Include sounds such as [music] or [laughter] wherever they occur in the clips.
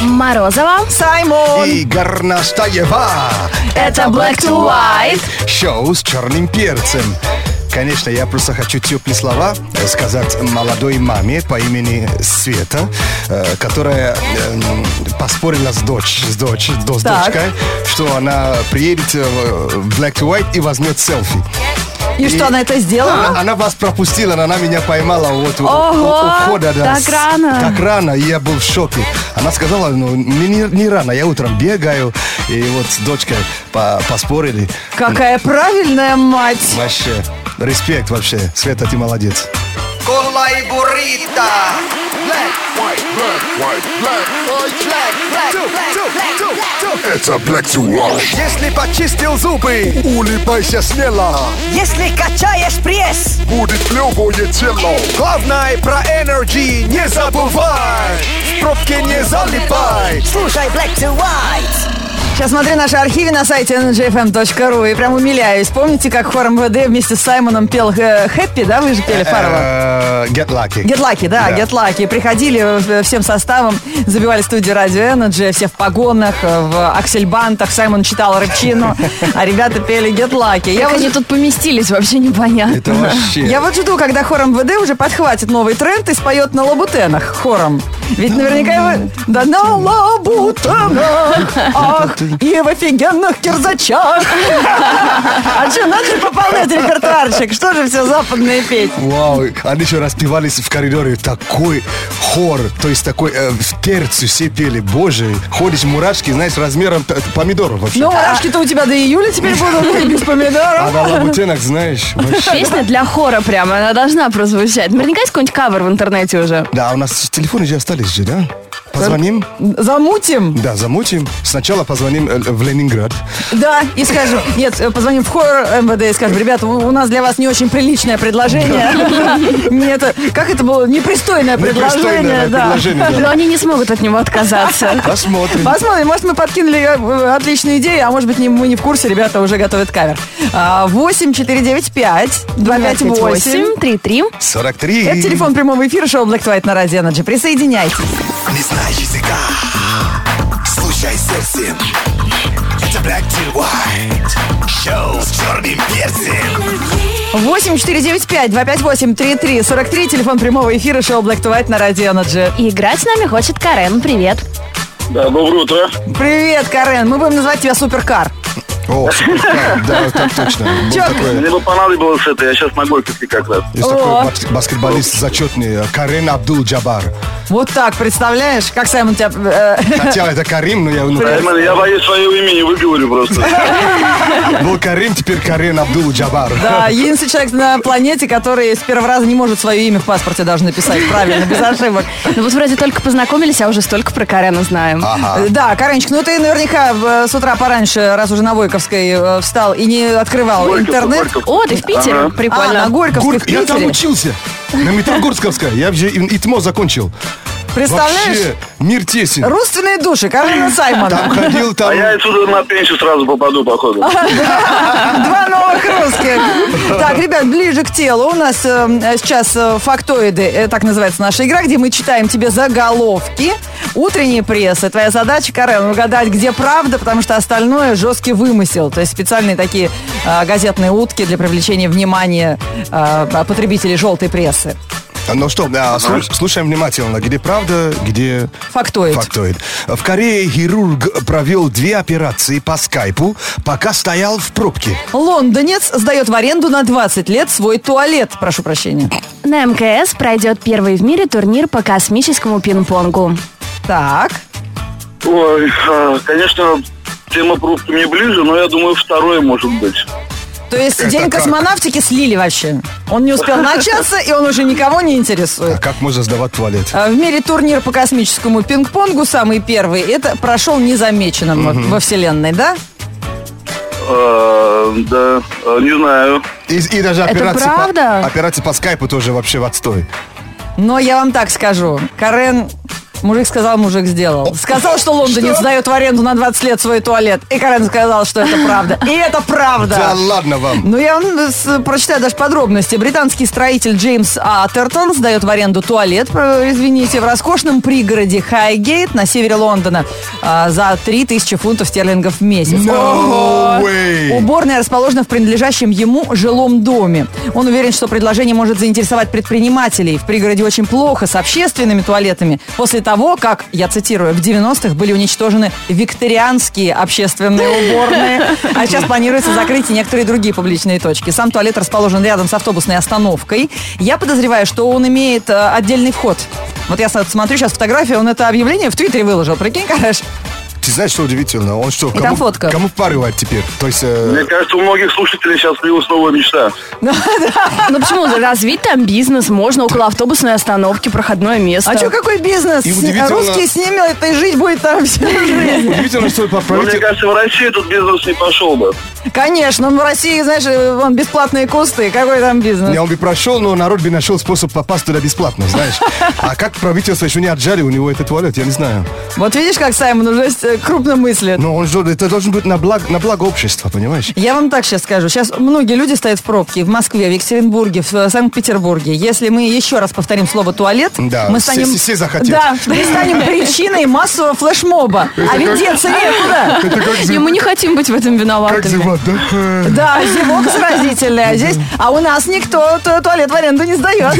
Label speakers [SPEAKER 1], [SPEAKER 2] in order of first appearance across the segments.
[SPEAKER 1] Морозова.
[SPEAKER 2] Саймон!
[SPEAKER 3] И Горнаштаева.
[SPEAKER 1] Это Black to White.
[SPEAKER 3] Шоу с черным перцем. Конечно, я просто хочу теплые слова э, сказать молодой маме по имени Света, э, которая э, м, поспорила с дочь, с дочь, с дочь- с
[SPEAKER 2] Так.
[SPEAKER 3] дочкой, что она приедет э, в Black to White и возьмет селфи.
[SPEAKER 2] И что, она это сделала?
[SPEAKER 3] Она, она вас пропустила, она меня поймала вот у-
[SPEAKER 1] Ого,
[SPEAKER 3] у, у входа. да,
[SPEAKER 1] так
[SPEAKER 3] с-
[SPEAKER 1] рано.
[SPEAKER 3] Так рано, и я был в шоке. Она сказала, ну, мне не, не рано, я утром бегаю, и вот с дочкой по- поспорили.
[SPEAKER 2] Какая правильная мать!
[SPEAKER 3] Вообще, респект вообще. Света, ты молодец.
[SPEAKER 4] Это Black to White.
[SPEAKER 3] Если почистил зубы, улыбайся смело.
[SPEAKER 5] Если качаешь пресс,
[SPEAKER 4] Будет клевое тело.
[SPEAKER 3] Главное про энергии не забывай. В пробке не залипай.
[SPEAKER 5] слушай Black to White.
[SPEAKER 2] Сейчас смотрю наши архивы на сайте ngfm.ru и прям умиляюсь. Помните, как хор МВД вместе с Саймоном пел э, «Хэппи», да? Вы же пели Фарова.
[SPEAKER 3] Э, Get lucky.
[SPEAKER 2] Get Lucky, да,
[SPEAKER 3] Да.
[SPEAKER 2] Get Lucky. Приходили э, всем составом, забивали студию Радио Energy, все в погонах, э, в аксельбантах. Саймон читал
[SPEAKER 3] [laughs]
[SPEAKER 2] рыбчину, а ребята пели Get Lucky. Я
[SPEAKER 1] Как
[SPEAKER 2] вот
[SPEAKER 1] они тут поместились, вообще непонятно.
[SPEAKER 3] Это вообще.
[SPEAKER 2] Я вот жду, когда хор МВД уже подхватит новый тренд и споет на лабутенах хором. Ведь наверняка его... Да на лабутенах, ах, и в офигенных
[SPEAKER 3] [laughs]
[SPEAKER 2] кирзачах. А что, надо же пополнять репертуарчик, что же все западные петь?
[SPEAKER 3] Вау, они еще распевались в коридоре. Такой хор, то есть такой э, в терцию все пели. Боже, ходишь мурашки, знаешь, размером п- помидоров вообще.
[SPEAKER 2] Ну, мурашки-то у тебя до июля теперь будут и без
[SPEAKER 3] А
[SPEAKER 2] помидоров.
[SPEAKER 3] на
[SPEAKER 2] [laughs]
[SPEAKER 3] лабутенах, знаешь, вообще.
[SPEAKER 1] Песня для хора прямо, она должна прозвучать. Наверняка есть какой-нибудь кавер в интернете уже.
[SPEAKER 3] Да, у нас телефоны же остались же, да? Позвоним,
[SPEAKER 2] Замутим,
[SPEAKER 3] да, замутим. Сначала позвоним э, в Ленинград.
[SPEAKER 2] да, и скажем, нет, э, позвоним в хор МВД и скажем, ребята, у у нас для вас не очень приличное предложение. [laughs] Нет, э, как это было, непристойное
[SPEAKER 3] Непристойное
[SPEAKER 2] предложение, да.
[SPEAKER 3] предложение,
[SPEAKER 1] Но
[SPEAKER 3] да.
[SPEAKER 1] они не смогут от него
[SPEAKER 2] [laughs]
[SPEAKER 1] отказаться.
[SPEAKER 3] Посмотрим.
[SPEAKER 2] Посмотрим, может, мы подкинули э, отличную идею, а может быть, не, мы не в курсе, ребята уже готовят кавер. А, 8 495 258
[SPEAKER 1] три, три.
[SPEAKER 3] 43.
[SPEAKER 2] Это телефон прямого эфира шоу Black to White на Радио Energy. Присоединяйтесь.
[SPEAKER 4] Не знай языка. Слушай сердцем. Это Black to White. Шоу с черным перцем.
[SPEAKER 2] 8 495 258 33 43 телефон прямого эфира шоу Black to White на Радио Energy.
[SPEAKER 1] И играть с нами хочет Карен. Привет.
[SPEAKER 6] Да, доброе утро.
[SPEAKER 2] Привет, Карен. Мы будем называть тебя Суперкар.
[SPEAKER 3] О, да, да, так точно. Был
[SPEAKER 2] Чё?
[SPEAKER 3] такой-
[SPEAKER 6] Мне бы понадобилось это, я сейчас на гольфике как раз.
[SPEAKER 3] есть
[SPEAKER 2] О.
[SPEAKER 3] такой бас- баскетболист зачетный, э, Карен Абдул-Джабар.
[SPEAKER 2] Вот так, представляешь? Как Саймон тебя... э, [laughs]
[SPEAKER 3] Хотя это Карим, но я... ну,
[SPEAKER 6] Саймон, я боюсь своего имени выговорю просто.
[SPEAKER 3] Был Ну, Карим, теперь Карен Абдул-Джабар.
[SPEAKER 2] Да, единственный человек на планете, который с первого раза не может свое имя в паспорте даже написать правильно, без ошибок.
[SPEAKER 1] Ну вот вроде только познакомились, а уже столько про Карена знаем.
[SPEAKER 3] Ага.
[SPEAKER 2] Э, Да, Каренчик, ну ты наверняка э, с утра пораньше, раз уже на Войковской э, встал и не открывал
[SPEAKER 6] Горько,
[SPEAKER 2] интернет.
[SPEAKER 6] горько.
[SPEAKER 1] О, ты в Питере?
[SPEAKER 6] Ага.
[SPEAKER 2] А,
[SPEAKER 1] Прикольно.
[SPEAKER 2] на Горьковской в
[SPEAKER 3] Горько- я там
[SPEAKER 2] Питере.
[SPEAKER 3] учился. На Металлургсковской. Я же и- ИТМО закончил.
[SPEAKER 2] Представляешь?
[SPEAKER 3] Вообще, мир тесен.
[SPEAKER 2] Родственные души, Карен и Саймон.
[SPEAKER 3] Там ходил, там...
[SPEAKER 6] А я отсюда на пенсию сразу попаду, походу.
[SPEAKER 2] Два новых русских. Так, ребят, ближе к телу. У нас э, сейчас э, фактоиды, э, так называется наша игра, где мы читаем тебе заголовки утренней прессы. Твоя задача, Карен, угадать, где правда, потому что остальное жесткий вымысел. То есть специальные такие э, газетные утки для привлечения внимания э, потребителей желтой прессы.
[SPEAKER 3] Ну что, да, слу- слушаем внимательно. Где правда, где...
[SPEAKER 2] Фактоид.
[SPEAKER 3] Фактоид. В Корее хирург провел две операции по скайпу, пока стоял в пробке.
[SPEAKER 2] Лондонец сдает в аренду на 20 лет свой туалет. Прошу прощения.
[SPEAKER 1] На МКС пройдет первый в мире турнир по космическому пинг-понгу.
[SPEAKER 2] Так.
[SPEAKER 6] Ой, а, конечно, тема пробки мне ближе, но я думаю, второе может быть.
[SPEAKER 2] То есть день
[SPEAKER 3] как?
[SPEAKER 2] космонавтики слили вообще. Он не успел начаться, и он уже никого не
[SPEAKER 3] А
[SPEAKER 2] интересует.
[SPEAKER 3] как можно сдавать туалет?
[SPEAKER 2] А В мире турнир по космическому пинг-понгу, самый первый, это прошел незамеченным вот во Вселенной, да?
[SPEAKER 6] А, Да, а, не знаю.
[SPEAKER 3] И, и даже операции,
[SPEAKER 1] правда?
[SPEAKER 3] По, операции по скайпу тоже вообще в отстой.
[SPEAKER 2] Но я вам так скажу, Карен Мужик сказал, мужик сделал. Сказал, что лондонец сдает в аренду на 20 лет свой туалет. И Карен сказал, что это правда. И это правда.
[SPEAKER 3] Да ладно вам.
[SPEAKER 2] Ну, я вам э, с- прочитаю даже подробности. Британский строитель Джеймс Атертон сдает в аренду туалет, э, извините, в роскошном пригороде Хайгейт на севере Лондона а, за 3000 фунтов стерлингов в месяц.
[SPEAKER 3] No way.
[SPEAKER 2] Уборная расположена в принадлежащем ему жилом доме. Он уверен, что предложение может заинтересовать предпринимателей. В пригороде очень плохо с общественными туалетами. После того, как, я цитирую, в 90-х были уничтожены викторианские общественные уборные, а сейчас планируется закрыть и некоторые другие публичные точки. Сам туалет расположен рядом с автобусной остановкой. Я подозреваю, что он имеет э, отдельный вход. Вот я с- смотрю сейчас фотографию, он это объявление в Твиттере выложил. Прикинь, [laughs] Караш?
[SPEAKER 3] Ты знаешь, что удивительно? Он что,
[SPEAKER 2] там фотка.
[SPEAKER 3] кому впаривает теперь? То есть...
[SPEAKER 6] Мне
[SPEAKER 3] э,
[SPEAKER 6] кажется, у многих слушателей сейчас появилась новая мечта.
[SPEAKER 1] Ну почему? Развить там бизнес можно около автобусной остановки, проходное место.
[SPEAKER 2] А что, какой бизнес?
[SPEAKER 3] И удивительно-
[SPEAKER 2] Русский с ними, это и жить будет там всю
[SPEAKER 3] [laughs]
[SPEAKER 2] жизнь.
[SPEAKER 3] Удивительно, что
[SPEAKER 6] Но Ну, мне
[SPEAKER 3] поправитель...
[SPEAKER 6] кажется, в России этот бизнес не пошел бы.
[SPEAKER 2] Конечно, ну в России, знаешь, э, вон бесплатные кусты, какой там бизнес?
[SPEAKER 3] Не, он бы прошел, но народ бы нашел способ попасть туда бесплатно, знаешь. А как правительство еще не отжали у него этот туалет, я не знаю.
[SPEAKER 2] Вот видишь, как Саймон уже э, крупно мыслит.
[SPEAKER 3] Но Ну, он же, это должен быть на благо, на благо общества, понимаешь?
[SPEAKER 2] Я вам так сейчас скажу. Сейчас многие люди стоят в пробке в Москве, в Екатеринбурге, в э, Санкт-Петербурге. Если мы еще раз повторим слово туалет,
[SPEAKER 3] Да,
[SPEAKER 2] мы
[SPEAKER 3] все-
[SPEAKER 2] станем...
[SPEAKER 3] все- все захотят.
[SPEAKER 2] Да, мы станем причиной массового флешмоба. А ведь деться
[SPEAKER 3] [laughs]
[SPEAKER 2] некуда.
[SPEAKER 1] Не, мы не хотим быть в этом
[SPEAKER 3] Как
[SPEAKER 1] виноватыми.
[SPEAKER 3] зима, да? э.
[SPEAKER 2] Да, зевок заразительный, а здесь... А у нас никто ту- туалет в аренду не сдает.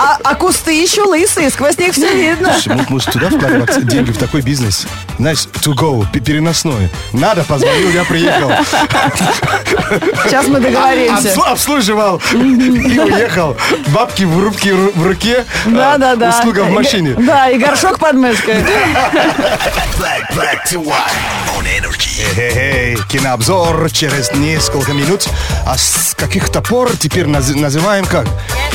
[SPEAKER 2] А, а кусты еще лысые, сквозь них все видно.
[SPEAKER 3] Слушай, может, может, туда вкладывать деньги в такой бизнес? Знаешь, to go, п- переносной. Надо, позвонил, я приехал.
[SPEAKER 2] Сейчас мы договоримся.
[SPEAKER 3] Обслу- обслуживал и уехал. Бабки в рубке ру- в руке.
[SPEAKER 2] Да,
[SPEAKER 3] а,
[SPEAKER 2] да, да.
[SPEAKER 3] Услуга в
[SPEAKER 2] И г-
[SPEAKER 3] машине.
[SPEAKER 2] Да, и горшок под мышкой.
[SPEAKER 4] Black, black to white. On energy.
[SPEAKER 3] Эй, кинообзор через несколько минут. А с каких-то пор теперь наз- называем как?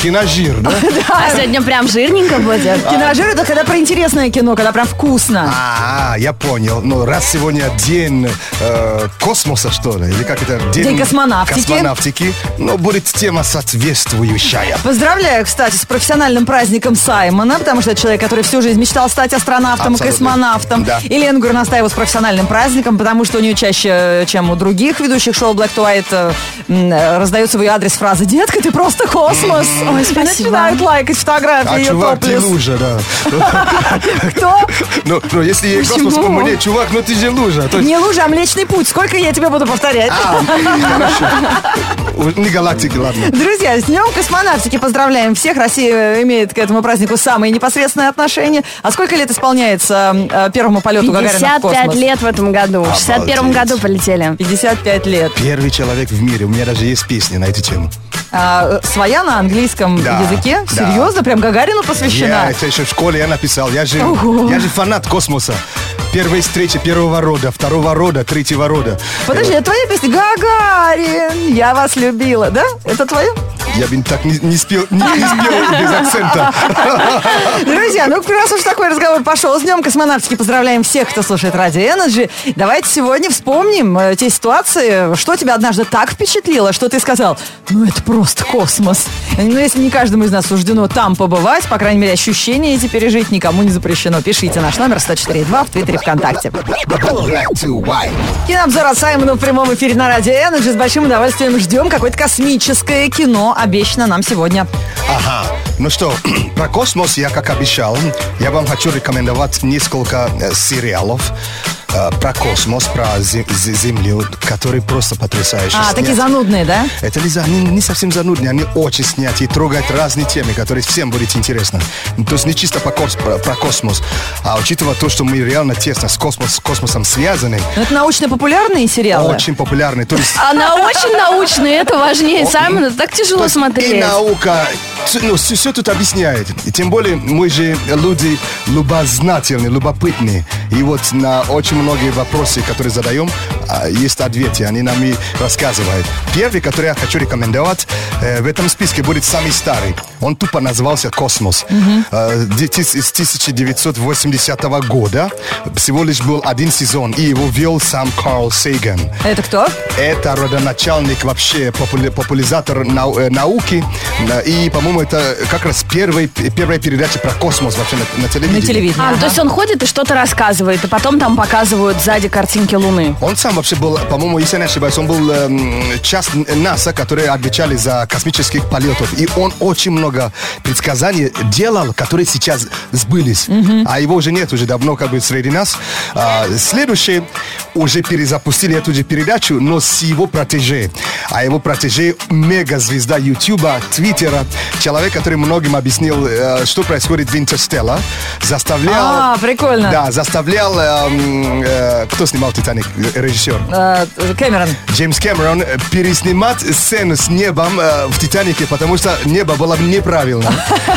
[SPEAKER 3] Киножир, да?
[SPEAKER 1] А сегодня прям жирненько будет.
[SPEAKER 2] Киножир это когда про интересное кино, когда прям вкусно.
[SPEAKER 3] А, я понял. Ну, раз сегодня день э, космоса, что ли, или как это?
[SPEAKER 2] День космонавтики.
[SPEAKER 3] Космонавтики. Ну, будет тема соответствующая.
[SPEAKER 2] Поздравляю, кстати, с профессиональным праздником Саймона, потому что это человек, который всю жизнь мечтал стать астронавтом и
[SPEAKER 3] Абсолютно.
[SPEAKER 2] космонавтом.
[SPEAKER 3] Да.
[SPEAKER 2] И Лена Горностаева с профессиональным праздником, потому что у нее чаще, э, чем у других ведущих шоу Black to White, э, м, э, раздается в ее адрес фраза «Детка, ты просто космос!»
[SPEAKER 1] Ой,
[SPEAKER 2] И
[SPEAKER 1] спасибо.
[SPEAKER 2] начинают лайкать фотографии
[SPEAKER 3] М-м-м. А
[SPEAKER 2] ее
[SPEAKER 3] чувак, ты
[SPEAKER 2] топлес.
[SPEAKER 3] лужа, да. [laughs]
[SPEAKER 2] Кто?
[SPEAKER 3] Ну, ну, если ей космос
[SPEAKER 1] Почему?
[SPEAKER 3] помогает, чувак, ну ты же лужа. То есть,
[SPEAKER 2] Не лужа, а Млечный Путь. Сколько я тебе буду повторять?
[SPEAKER 3] а, хорошо. Не галактики, ладно.
[SPEAKER 2] Друзья, с Днем космонавтики поздравляем всех. Россия э, имеет к этому празднику самые непосредственные отношения. А сколько лет исполняется э, первому полету Гагарина в
[SPEAKER 1] 55
[SPEAKER 2] космос?
[SPEAKER 1] лет в этом году. В 61 году полетели.
[SPEAKER 2] 55 лет.
[SPEAKER 3] Первый человек в мире. У меня даже есть песни на эту тему.
[SPEAKER 2] А, э, своя на английском
[SPEAKER 3] Да,
[SPEAKER 2] языке?
[SPEAKER 3] да.
[SPEAKER 2] Серьезно? Прям Гагарину
[SPEAKER 3] Я
[SPEAKER 2] посвящена?
[SPEAKER 3] это еще в школе я написал. Я же,
[SPEAKER 2] Ого.
[SPEAKER 3] я же фанат космоса. Первой встречи первого рода, второго рода, третьего рода.
[SPEAKER 2] Подожди, это твоя песня? Гагарин, я вас любила, да? Это
[SPEAKER 3] [laughs]
[SPEAKER 2] твое?
[SPEAKER 3] Я бы так не, не спел, не, не спел без акцента.
[SPEAKER 2] Друзья, ну раз уж такой разговор пошел, с Днем космонавтики поздравляем всех, кто слушает Радио Energy. Давайте сегодня вспомним э, те ситуации, что тебя однажды так впечатлило, что ты сказал, ну это просто космос. Ну если не каждому из нас суждено там побывать, по крайней мере ощущения эти пережить никому не запрещено. Пишите наш номер 104.2 в Твиттере ВКонтакте.
[SPEAKER 4] Black to white.
[SPEAKER 2] Кинообзор от Саймона в прямом эфире на Радио Energy. С большим удовольствием ждем какое-то космическое кино, обещано нам сегодня.
[SPEAKER 3] Ага. Ну что, [clears throat] про космос я, как обещал, я вам хочу рекомендовать несколько э, сериалов э, про космос, про зе- зе- Землю, которые просто потрясающие.
[SPEAKER 2] А, такие
[SPEAKER 3] Снять.
[SPEAKER 2] занудные, да?
[SPEAKER 3] Это Лиза, они не совсем занудные, они очень сняты и трогают разные темы, которые всем будет интересно. Ну, То есть не чисто по кос- про, про космос, а учитывая то, что мы реально тесно с, космос, с космосом связаны,
[SPEAKER 2] Ну, это научно-популярные сериалы.
[SPEAKER 3] очень популярны. То есть,
[SPEAKER 1] Она очень научная, это важнее. Саймон, это так
[SPEAKER 3] то
[SPEAKER 1] тяжело
[SPEAKER 3] есть и
[SPEAKER 1] смотреть.
[SPEAKER 3] наука, т- ну, все, тут объясняет. И тем более мы же люди любознательные, любопытные. И вот на очень многие вопросы, которые задаем, а, есть ответы, они нам и рассказывают. Первый, который я хочу рекомендовать, э, в этом списке будет самый старый. Он тупо назывался «Космос». Э, де- ти- с 1980 года всего лишь был один сезон, и его вел сам Карл Сейган.
[SPEAKER 2] Это кто?
[SPEAKER 3] Это родоначальник вообще, популя- популяризатор нау- э, науки. Э, И, по-моему, это как раз первый, первая передача про космос вообще на, на телевидении.
[SPEAKER 2] На телевидении.
[SPEAKER 1] А,
[SPEAKER 2] ага.
[SPEAKER 1] то есть он ходит и что-то рассказывает, и потом там показывают сзади картинки Луны.
[SPEAKER 3] Он сам вообще был, по-моему, если я не ошибаюсь, он был эм, часть НАСА, которые отвечали за космических полетов. И он очень много предсказаний делал, которые сейчас сбылись. А его уже нет, уже давно как бы среди нас. А, следующий уже перезапустили эту же передачу, но с его протеже. А его протеже мега-звезда Ютуба, Твиттера, человек, который многим объяснил, э, что происходит в Интерстелла, заставлял...
[SPEAKER 2] А, прикольно.
[SPEAKER 3] Да, заставлял... эм, э, кто снимал «Титаник»? Э, Режиссер.
[SPEAKER 2] Э, Кэмерон.
[SPEAKER 3] Джеймс Кэмерон э, переснимать сцену с небом э, в «Титанике», потому что небо было
[SPEAKER 2] [laughs]
[SPEAKER 3] неправильно.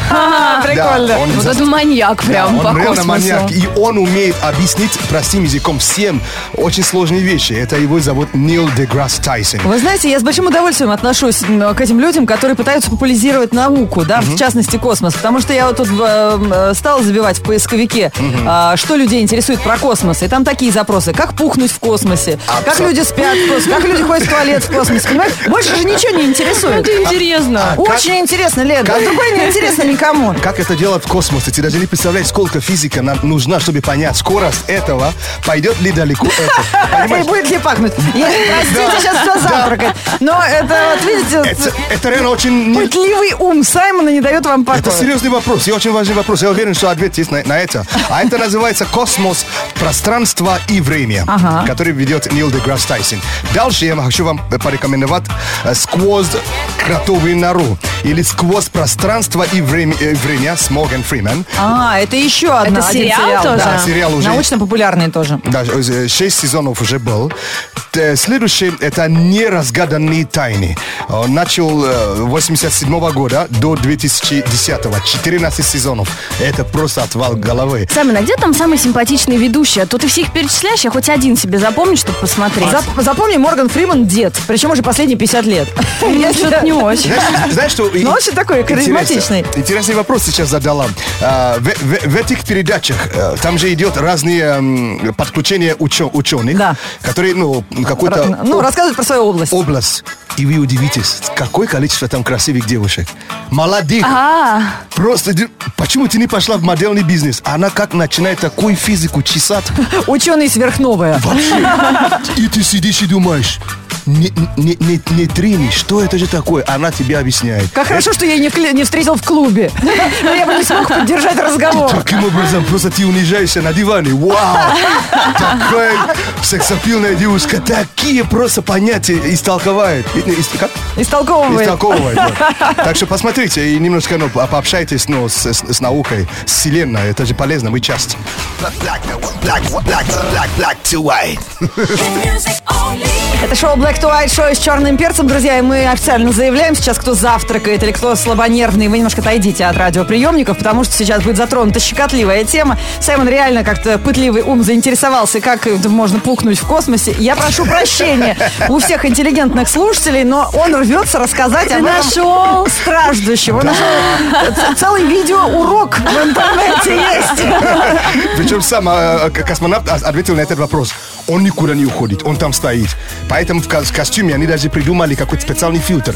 [SPEAKER 2] А,
[SPEAKER 3] Да,
[SPEAKER 2] прикольно.
[SPEAKER 3] он
[SPEAKER 1] Вот
[SPEAKER 3] за-
[SPEAKER 1] это маньяк
[SPEAKER 3] да,
[SPEAKER 1] прям
[SPEAKER 3] он
[SPEAKER 1] по
[SPEAKER 3] реально
[SPEAKER 1] космосу.
[SPEAKER 3] маньяк, и он умеет объяснить простым языком всем очень сложные вещи. Это его зовут Нил Деграсс Тайсон.
[SPEAKER 2] Вы знаете, я с большим удовольствием отношусь м, к этим людям, которые пытаются популяризировать науку, да, в частности космос. Потому что я вот тут э, м, стала забивать в поисковике, а, что людей интересует про космос. И там такие запросы, как пухнуть в космосе, как люди спят в космосе, как люди ходят в туалет в космосе, понимаете? Больше же ничего не интересует. А,
[SPEAKER 1] Это интересно.
[SPEAKER 2] Очень интересно, Лен.
[SPEAKER 3] как-
[SPEAKER 2] А другое не интересно никому.
[SPEAKER 3] Как это делать в космосе? Ты даже не представляешь, сколько физика нам нужна, чтобы понять скорость этого, пойдет ли далеко
[SPEAKER 1] [laughs]
[SPEAKER 3] это.
[SPEAKER 2] И
[SPEAKER 3] Понимаешь?
[SPEAKER 2] будет ли
[SPEAKER 3] [laughs]
[SPEAKER 2] пахнуть? Я, простите, сейчас все завтракает. Но это, вот видите,
[SPEAKER 3] Это, это реально очень... не-
[SPEAKER 2] пытливый ум Саймона не дает вам покоя.
[SPEAKER 3] Это серьезный вопрос, и очень важный вопрос. Я уверен, что ответ есть на, на это. А это называется «Космос, пространство и время»,
[SPEAKER 2] Ага.
[SPEAKER 3] который ведет Нил Деграсс Тайсон. Дальше я хочу вам порекомендовать э, «Сквозь кротовую нору» или «Сквозь пространство и время», э, время с Морган Фримен.
[SPEAKER 2] А, это еще одна.
[SPEAKER 1] Это
[SPEAKER 2] один
[SPEAKER 1] сериал тоже?
[SPEAKER 2] да.
[SPEAKER 3] Да, сериал уже.
[SPEAKER 2] Научно-популярный тоже.
[SPEAKER 3] Да, э, шесть сезонов уже был. Т- э, Следующий – это «Неразгаданные тайны». Он начал э, 87 года до 2010 14 сезонов. Это просто отвал головы.
[SPEAKER 1] Сами, а где там самый симпатичный ведущий? А то ты всех перечисляешь, я хоть один себе запомню, чтобы посмотреть.
[SPEAKER 2] Зап- запомни, Морган Фриман дед, причем уже последние 50 лет.
[SPEAKER 1] Ну,
[SPEAKER 2] [laughs] Если-
[SPEAKER 1] что-то не очень.
[SPEAKER 3] Знаешь, знаешь, что... и-
[SPEAKER 2] Ну, он очень такой харизматичный.
[SPEAKER 3] Интересно. Интересный вопрос сейчас задала. А, В, в- в этих передачах э, там же идет разные эм, подключения учё- ученых,
[SPEAKER 2] Да.
[SPEAKER 3] которые, ну, какой-то
[SPEAKER 2] Ну, рассказывает про свою область.
[SPEAKER 3] область. И вы удивитесь, какое количество там красивых девушек. Молодых.
[SPEAKER 1] А,
[SPEAKER 3] Просто, ди- почему ты не пошла в модельный бизнес? Она как начинает такую физику чесать.
[SPEAKER 2] Ученый сверхновая.
[SPEAKER 3] Вообще. И ты сидишь и думаешь, не, не, не, не трени, что это же такое? Она тебе объясняет.
[SPEAKER 2] Как хорошо, что я ее не, в кле- не встретил в клубе. [laughs] Но я бы не смог поддержать разговор.
[SPEAKER 3] Таким образом, просто ты унижаешься на диване. Вау! Такая сексапильная девушка. Такие просто понятия истолковает. И- и- Как?
[SPEAKER 2] Истолковывает.
[SPEAKER 3] Истолковывает. да. Так что посмотрите и немножко ну, по- пообщайтесь ну, с, с- с наукой, с вселенной. Это же полезно, мы часть.
[SPEAKER 4] Black, black, black, black, black, black to white.
[SPEAKER 2] Это шоу Black to White, шоу с черным перцем, друзья, и мы официально заявляем сейчас, кто завтракает или кто слабонервный, вы немножко отойдите от радиоприемников, потому что сейчас будет затронута щекотливая тема. Саймон реально как-то пытливый ум заинтересовался, как это можно пухнуть в космосе. Я прошу прощения у всех интеллигентных слушателей, но он рвется рассказать об этом
[SPEAKER 1] нашел?
[SPEAKER 2] страждущем. Он нашел ц- целый видеоурок в интернете есть.
[SPEAKER 3] Причем сам э, к- космонавт о- ответил на этот вопрос. Он никуда не уходит, он там стоит. Поэтому в ка- в костюме они даже придумали какой-то специальный фильтр.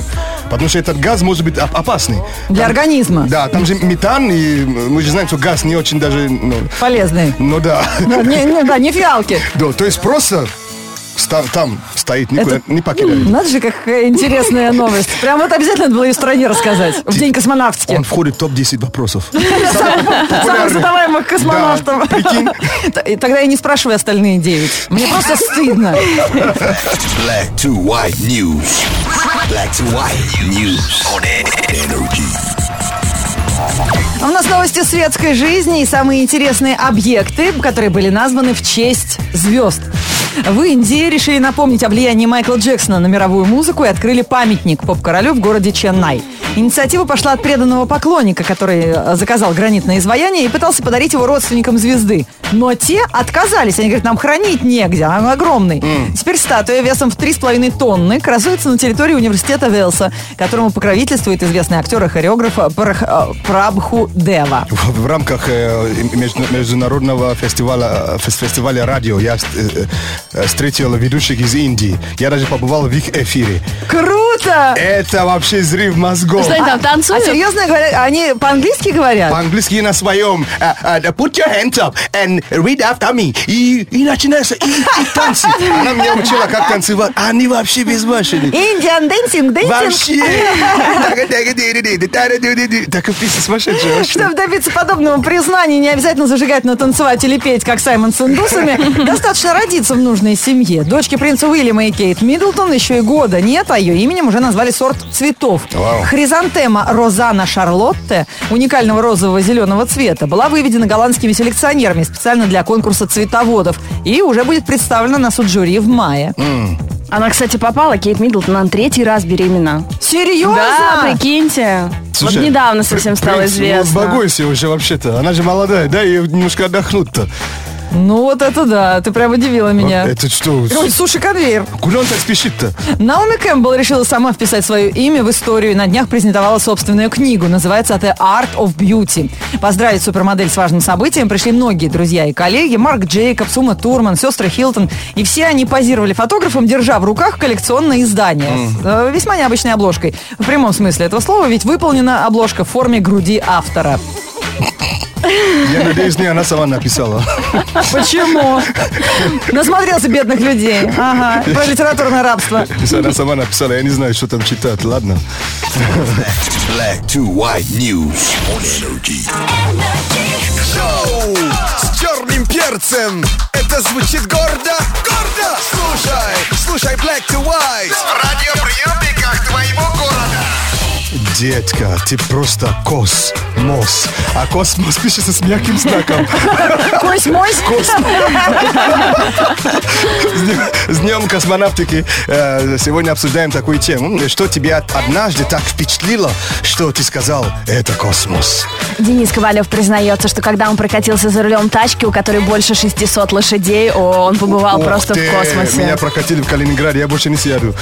[SPEAKER 3] Потому что этот газ может быть оп- опасный.
[SPEAKER 2] Для
[SPEAKER 3] Там-
[SPEAKER 2] организма.
[SPEAKER 3] Да, там же метан, и мы же знаем, что газ не очень даже... Ну,
[SPEAKER 2] Полезный.
[SPEAKER 3] ну да.
[SPEAKER 2] Не- не- да, не фиалки.
[SPEAKER 3] [laughs] Да, то есть просто ста- там стоит, никуда
[SPEAKER 2] Это-
[SPEAKER 3] не покидает.
[SPEAKER 2] Надо же, какая интересная новость. Прям вот обязательно надо было ее стране рассказать. В день космонавтики.
[SPEAKER 3] Он входит в топ-10 вопросов.
[SPEAKER 2] Самых задаваемых [laughs]
[SPEAKER 3] Да,
[SPEAKER 2] космонавтов.
[SPEAKER 3] прикинь.
[SPEAKER 2] Т- и Тогда я не спрашиваю остальные девять. Мне просто стыдно.
[SPEAKER 4] Black to white news. Black to white news on energy.
[SPEAKER 2] А У нас новости светской жизни и самые интересные объекты, которые были названы в честь звезд. В Индии решили напомнить о влиянии Майкла Джексона на мировую музыку и открыли памятник поп-королю в городе Ченнай. Инициатива пошла от преданного поклонника, который э, заказал гранитное изваяние и пытался подарить его родственникам звезды. Но те отказались. Они говорят, нам хранить негде, он огромный. Теперь статуя весом в 3,5 тонны красуется на территории университета Велса, которому покровительствует известный актер и хореограф э, Прах- э, Прабху Дева.
[SPEAKER 3] В в рамках э, между- международного фестиваля, э, фес- фестиваля радио я э, э, встретил ведущих из Индии. Я даже побывал в их эфире.
[SPEAKER 2] Круто!
[SPEAKER 3] Это вообще взрыв мозгов.
[SPEAKER 1] Что они там танцуют?
[SPEAKER 2] А серьезно говорят, они по-английски говорят?
[SPEAKER 3] По-английски на своем. А, а, да put your hands up and read after me. И, и начинается, и, и танцы. Она меня учила, как танцевать. Они вообще безбашенные.
[SPEAKER 2] Индиан дэнсинг, дэнсинг.
[SPEAKER 3] Вообще. Так пицца сумасшедшая вообще.
[SPEAKER 2] Ну, Чтобы добиться подобного признания, не обязательно зажигательно танцевать или петь, как Саймон с
[SPEAKER 3] [laughs]
[SPEAKER 2] индусами. Достаточно родиться в нужной семье. Дочки принца Уильяма и Кейт Миддлтон еще и года нет, а ее именем уже назвали сорт цветов.
[SPEAKER 3] Вау.
[SPEAKER 2] Хризантема Розана Шарлотте, уникального розового-зеленого цвета, была выведена голландскими селекционерами специально для конкурса цветоводов и уже будет представлена на суд жюри в мае.
[SPEAKER 1] Она, кстати, попала, Кейт Миддлтон, на третий раз беременна.
[SPEAKER 2] Серьезно?
[SPEAKER 1] Да, прикиньте.
[SPEAKER 3] Слушай,
[SPEAKER 1] вот недавно совсем
[SPEAKER 3] Принц, ну,
[SPEAKER 1] стало известно.
[SPEAKER 3] успокойся уже вообще-то. Она же молодая, да, ее немножко отдохнуть-то.
[SPEAKER 2] Ну вот это да, ты прям удивила меня.
[SPEAKER 3] Это что?
[SPEAKER 2] Какой-то суши-конвейер.
[SPEAKER 3] Куда он так спешит-то?
[SPEAKER 2] Наоми Кэмпбелл решила сама вписать свое имя в историю и на днях презентовала собственную книгу. Называется это «Art of Beauty». Поздравить супермодель с важным событием пришли многие друзья и коллеги. Марк Джейкоб, Сума Турман, сестры Хилтон. И все они позировали фотографам, держа в руках коллекционное издание с э, весьма необычной обложкой. В прямом смысле этого слова, ведь выполнена обложка в форме груди автора.
[SPEAKER 3] Я надеюсь, не она сама написала.
[SPEAKER 2] Почему? [laughs] Насмотрелся бедных людей. Ага, про литературное рабство.
[SPEAKER 3] [laughs] Если она сама написала, я не знаю, что там читать. Ладно.
[SPEAKER 4] Black to white news on energy.
[SPEAKER 7] Шоу с черным перцем. Это звучит гордо. Гордо. Слушай, слушай Black to White. В радиоприемниках твоего города.
[SPEAKER 3] Детка, ты просто космос. А космос пишется с мягким знаком.
[SPEAKER 2] Кось-мось.
[SPEAKER 3] С днем, с днем космонавтики. Э, Сегодня обсуждаем такую тему. Что тебя однажды так впечатлило, что ты сказал, это космос.
[SPEAKER 1] Денис Ковалев признается, что когда он прокатился за рулем тачки, у которой больше 600 лошадей, о, он побывал
[SPEAKER 3] Ух
[SPEAKER 1] А просто
[SPEAKER 3] ты,
[SPEAKER 1] в космосе. [laughs]
[SPEAKER 3] Меня прокатили в Калининграде, я больше не сяду.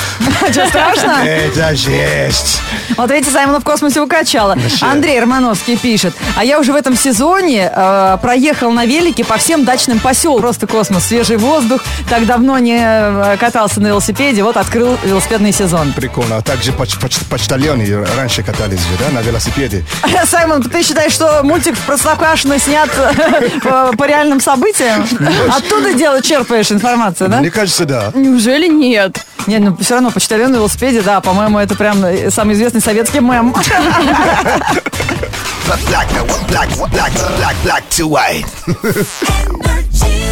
[SPEAKER 2] Что, страшно?
[SPEAKER 3] Это жесть.
[SPEAKER 2] Вот видите, Саймона в космосе укачала. Андрей Романовский пишет. А я уже в этом сезоне э, проехал на велике по всем дачным поселкам. Просто космос, свежий воздух. Так давно не э, катался на велосипеде. Вот открыл велосипедный сезон. [laughs]
[SPEAKER 3] Прикольно. А также поч- поч- почтальоны раньше катались же, да, на велосипеде.
[SPEAKER 2] Саймон, ты считаешь, что мультик про Простоквашино снят [laughs] э, по, по реальным событиям? Оттуда дело черпаешь информацию, да?
[SPEAKER 3] Мне кажется, да.
[SPEAKER 1] Неужели нет?
[SPEAKER 2] Нет, ну все равно почтальон на велосипеде, да, по-моему, это прям э, самый известный советский мем.
[SPEAKER 4] Black to black, black, black, black to white.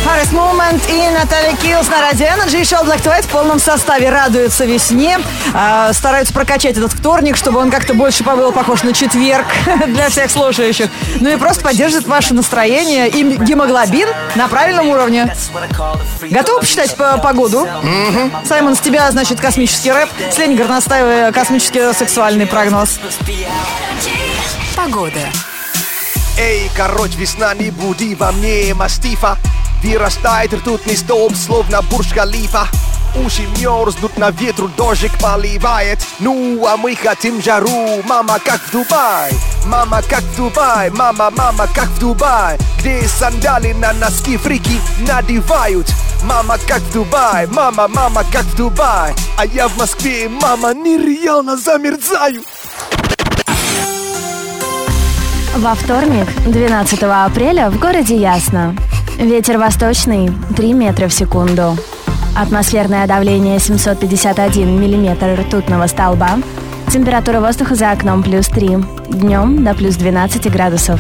[SPEAKER 2] Харрис Мумент и Наталья Киллс на Радио Energy и шоу Black to White в полном составе радуются весне. А, стараются прокачать этот вторник, чтобы он как-то больше был похож на четверг [laughs] для всех слушающих. Ну и просто поддержит ваше настроение и гемоглобин на правильном уровне. Готовы почитать по- погоду? Саймон, с тебя, значит, космический рэп. С Лени Горностаевой космический сексуальный прогноз.
[SPEAKER 7] Эй, короче, весна, не буди во мне мастифа Вырастает ртутный столб, словно бурж-халифа Уши мерзнут на ветру, дождик поливает Ну, а мы хотим жару, мама, как в Дубай Мама, как в Дубай, мама, мама, как в Дубай Где сандали на носки фрики надевают Мама, как в Дубай, мама, мама, как в Дубай А я в Москве, мама, нереально замерзаю
[SPEAKER 8] Во вторник, 12 апреля, в городе Ясно. Ветер восточный 3 метра в секунду. Атмосферное давление 751 миллиметр ртутного столба. Температура воздуха за окном плюс 3. Днем до плюс 12 градусов.